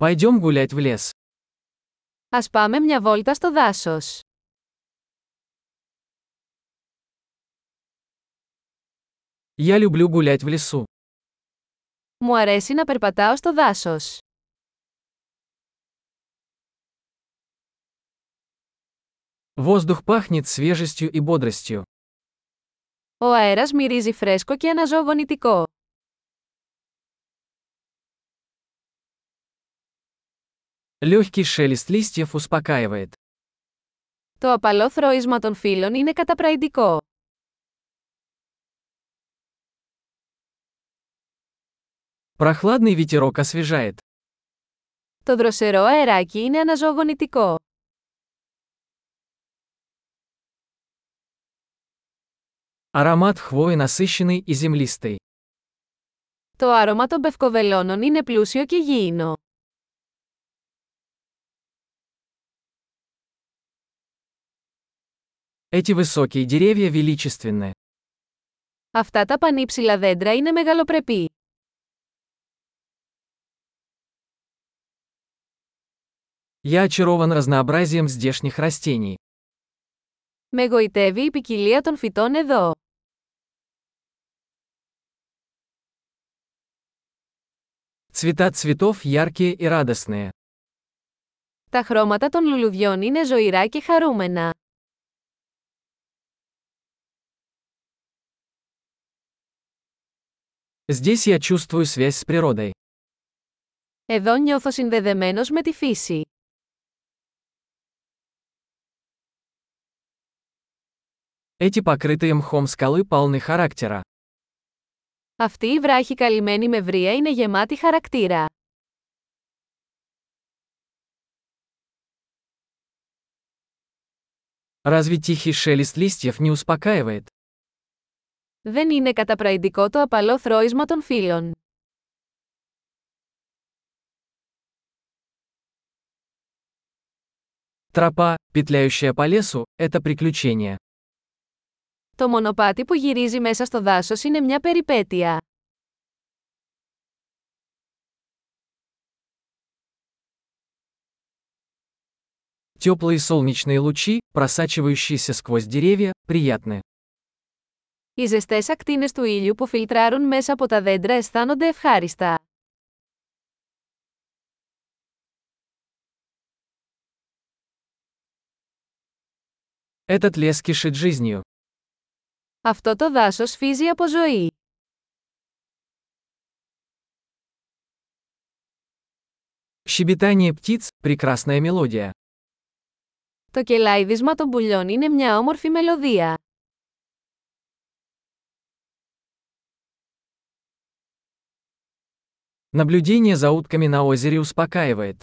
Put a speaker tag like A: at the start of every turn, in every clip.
A: Пойдем гулять в лес.
B: Ας πάμε μια βόλτα στο δάσος.
A: Я люблю гулять в лесу.
B: Μου αρέσει να περπατάω στο δάσος.
A: Воздух пахнет свежестью и бодростью.
B: Ο αέρας μυρίζει φρέσκο και αναζωογονητικό.
A: Легкий шелест листьев успокаивает.
B: Το απαλό θροίσμα των φύλων είναι καταπραϊντικό.
A: Прохладный ветерок освежает.
B: Το δροσερό αεράκι είναι αναζωογονητικό.
A: Аромат хвои насыщенный и землистый.
B: Το άρωμα των πευκοβελώνων είναι πλούσιο και γήινο.
A: Эти высокие деревья величественны.
B: Αυτά τα πανύψηλα δέντρα είναι μεγαλοπρεπή.
A: Я очарован разнообразием здешних растений.
B: Με γοητεύει η ποικιλία των φυτών εδώ.
A: Цвета цветов яркие и радостные.
B: Τα χρώματα των λουλουδιών είναι ζωηρά και χαρούμενα.
A: Здесь я чувствую связь с природой.
B: Εδώ νιώθω συνδεδεμένος με τη φύση.
A: Эти покрытые мхом скалы полны характера.
B: Αυτή η βράχη καλυμμένη με βρία είναι γεμάτη χαρακτήρα.
A: Разве тихий шелест листьев не успокаивает?
B: Δεν είναι καταπραϊντικό το απαλό θρόισμα των φύλων.
A: Тропа, петляющая по лесу, это приключение.
B: Το μονοπάτι που γυρίζει μέσα στο δάσος είναι μια περιπέτεια.
A: Теплые солнечные лучи, просачивающиеся сквозь деревья, приятны.
B: Οι ζεστές ακτίνες του ήλιου που φιλτράρουν μέσα από τα δέντρα αισθάνονται ευχάριστα.
A: Этот лес кишит жизнью.
B: Αυτό το δάσος φύζει από ζωή.
A: Щебетание птиц – прекрасная мелодия.
B: Το κελάιδισμα των πουλιών είναι μια όμορφη μελωδία.
A: Наблюдение за утками на озере успокаивает.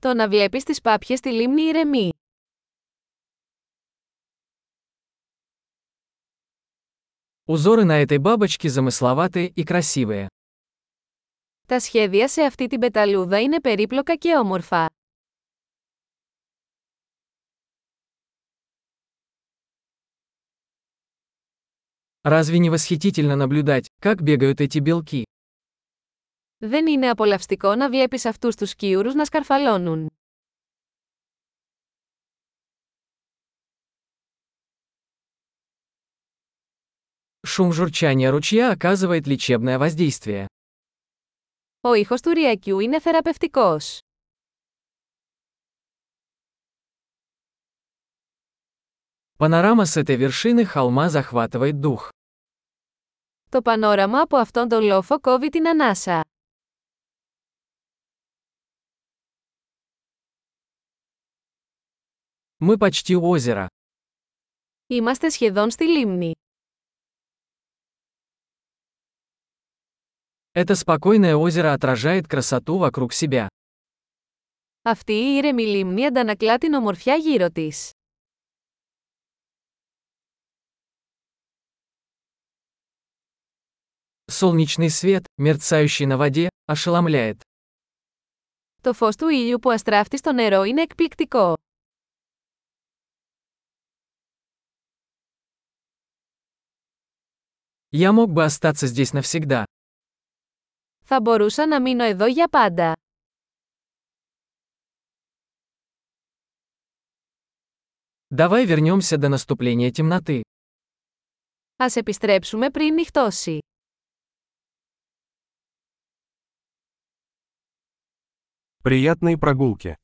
B: Το να βλέπεις τις πάπιες στη λίμνη ηρεμεί.
A: Узоры на этой бабочке замысловатые и красивые.
B: Τα σχέδια σε αυτή την πεταλούδα είναι περίπλοκα και όμορφα.
A: Разве не восхитительно наблюдать, как бегают эти белки?
B: Δεν είναι απολαυστικό να βλέπεις αυτούς τους σκιούρους να σκαρφαλώνουν.
A: Шум журчания ручья оказывает лечебное воздействие.
B: Ο ήχος του ριακιού είναι θεραπευτικός.
A: Панорама с этой вершины холма захватывает дух.
B: Το πανόραμα από αυτόν τον λόφο κόβει την ανάσα.
A: Мы почти у озера.
B: Είμαστε σχεδόν στη λίμνη.
A: Это спокойное озеро отражает красоту вокруг себя.
B: Αυτή η ήρεμη λίμνη αντανακλά την ομορφιά γύρω της.
A: Солнечный свет, мерцающий на воде, ошеломляет.
B: Το φως του ήλιου που αστράφτει στο νερό είναι εκπληκτικό.
A: Я мог бы остаться здесь навсегда.
B: Θα μπορούσα να μείνω εδώ για πάντα.
A: Давай вернемся до наступления темноты.
B: Ας επιστρέψουμε πριν νυχτώσει.
C: Приятной прогулки.